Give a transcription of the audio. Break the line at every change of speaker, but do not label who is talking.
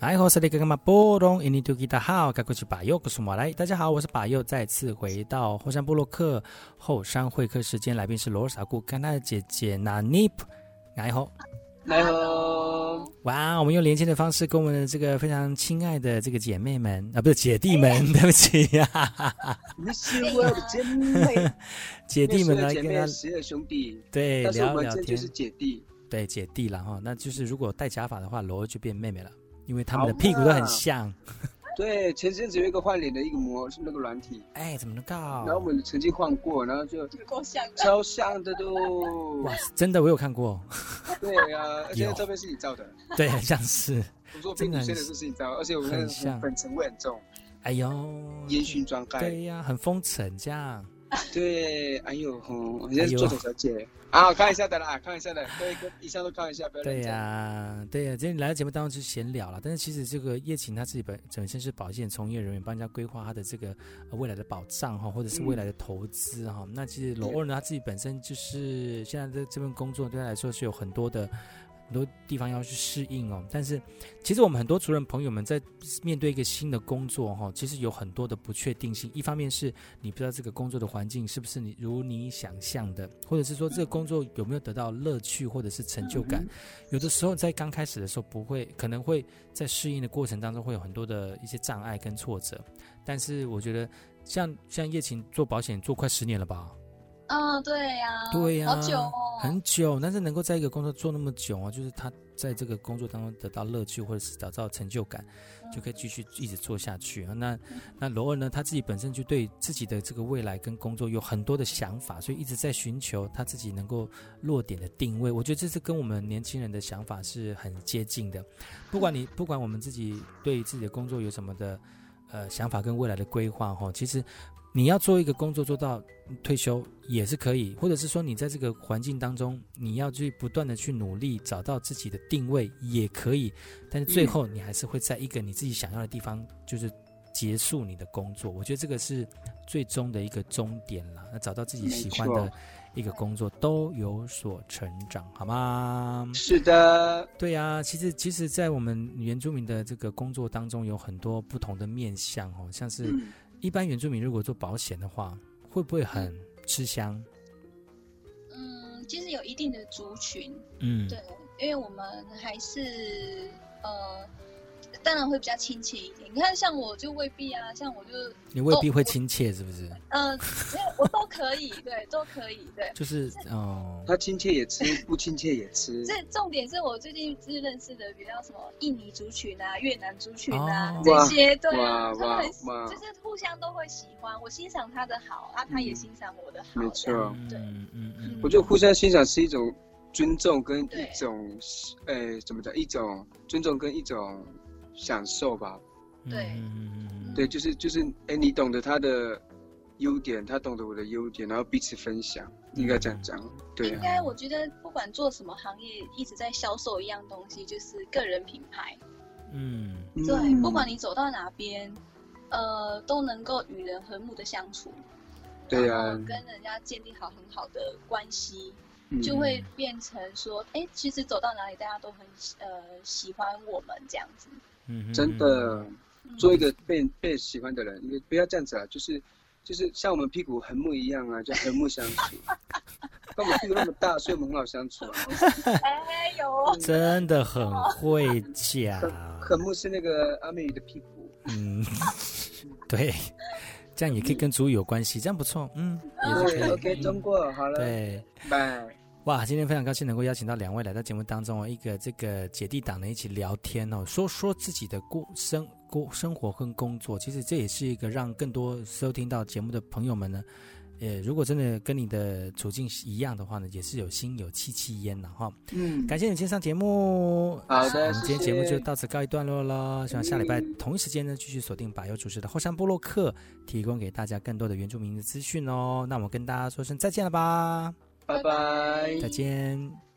来，哎我是那个嘛波隆印尼土吉达好，该过去把右告诉我来。大家好，我是把右，再次回到后山部落客后山会客时间，来宾是罗萨古甘娜的姐姐纳尼普。然后，
来喽！
哇，我们用连线的方式跟我们的这个非常亲爱的这个姐妹们啊，不是姐弟
哎
们，对不起啊呀、
你是我的姐妹，
姐弟们
我
来
是姐
跟
妹
他
十二兄弟，
对
但是我
聊
们
聊
这
天
就，是姐弟，
对姐弟了哈。那就是如果戴假发的话，罗就变妹妹了，因为他们的
好
屁股都很
嘛
像。
对，前阵子有一个换脸的一个模是那个软体，
哎，怎么能
然后
搞？
我们曾经换过，然后就
有够像的。
超像的都
哇，，真的我有看过，
对啊，而且那照片是你照的，
对，很像是。
我说被
真的
女
很
生的事情你照，而且我们
很像
那个粉尘味很重，
哎呦，
烟熏妆盖，
对呀、很风尘这样。
对，哎呦，吼，我现
哎
在
呦
是做手小姐啊，开玩笑的啦，开玩笑的，对，跟以上都开玩笑，不要认
哎对
真
呀、对呀、今天来到节目当中就闲聊了，但是其实这个叶琴她自己本本身是保险从业人员，帮人家规划她的这个、呃未来的保障哈，或者是未来的投资哈、那其实罗
对
二呢，他自己本身就是现在的这份工作对他来说是有很多的。很多地方要去适应哦，但是其实我们很多族人朋友们在面对一个新的工作哈、其实有很多的不确定性。一方面是你不知道这个工作的环境是不是你如你想象的，或者是说这个工作有没有得到乐趣或者是成就
嗯
感。有的时候在刚开始的时候不会，可能会在适应的过程当中会有很多的一些障碍跟挫折。但是我觉得像像叶琴做保险做快十年了吧，
嗯，对呀、
对呀
好久哦，
很久，但是能够在一个工作做那么久啊，就是他在这个工作当中得到乐趣或者是得到成就感，就可以继续一直做下去啊。那那罗二呢，他自己本身就对自己的这个未来跟工作有很多的想法，所以一直在寻求他自己能够落点的定位。我觉得这是跟我们年轻人的想法是很接近的。不管你不管我们自己对自己的工作有什么的呃想法跟未来的规划哈，其实你要做一个工作做到退休也是可以，或者是说你在这个环境当中，你要去不断的去努力，找到自己的定位也可以，但是最后你还是会在一个你自己想要的地方，就是结束你的工作。我觉得这个是最终的一个终点啦。那找到自己喜欢
没
的一个工作，都有所成长，好吗？
是的，
对啊，其实其实，在我们原住民的这个工作当中，有很多不同的面向哦，像是。
嗯，
一般原住民如果做保险的话，会不会很吃香？
嗯，其实有一定的族群，
嗯
对，因为我们还是呃，当然会比较亲切一点。你看，像我就未必啊，像我就
你未
哦
必会亲切，是不是？
呃，没有我都可 以，对，都可以，对。
就是哦，
他亲切也吃，不亲切也吃，
这重点是我最近是认识的比较什么印尼族群啊、越南族群啊、
哦
这些，对
哇
啊，他
哇
们
哇
就是互相都会喜欢。我欣赏他的好啊，他也
嗯
欣赏我的好，
没
这样
错。
嗯
对
嗯嗯，
我觉得互相欣赏是一种尊重跟一
对
种，呃，怎么讲？一种尊重跟一种享受吧。
对
嗯
对，就是就是，哎，你懂得他的优点，他懂得我的优点，然后彼此分享，应该这样讲。对
应
啊，
该我觉得不管做什么行业，一直在销售一样东西，就是个人品牌。
嗯
嗯
对，不管你走到哪边，呃，都能够与人和睦的相处，
对
然后
啊，
跟人家建立好很好的关系，
嗯
就会变成说，哎，其实走到哪里大家都很喜呃喜欢我们这样子。
嗯
真的
嗯
做一个被被喜欢的人，你不要这样子啊，就是就是像我们屁股横木一样啊，就横木相 处。但我们屁股那么大，所以我们很好相处啊。
哎呦，
真的很会讲，
横木是那个阿美语的屁股。
嗯， 对，这样也可以跟主语有关系，这样不错，嗯，也是
对
可
，OK，
以，嗯
中国好了，
对。
拜。
哇，今天非常高兴能够邀请到两位来到节目当中哦，一个这个姐弟党呢一起聊天哦，说说自己的过生过生活跟工作，其实这也是一个让更多收听到节目的朋友们呢，呃，如果真的跟你的处境一样的话呢，也是有心有戚戚焉的哈。
嗯，
感谢你今天上节目，
好的
我们今天
谢谢
节目就到此告一段落了。希望下礼拜同一时间呢，继续锁定把优主持的后山部落客，提供给大家更多的原住民的资讯哦。那我们跟大家说声再见了吧，
拜拜。
再见。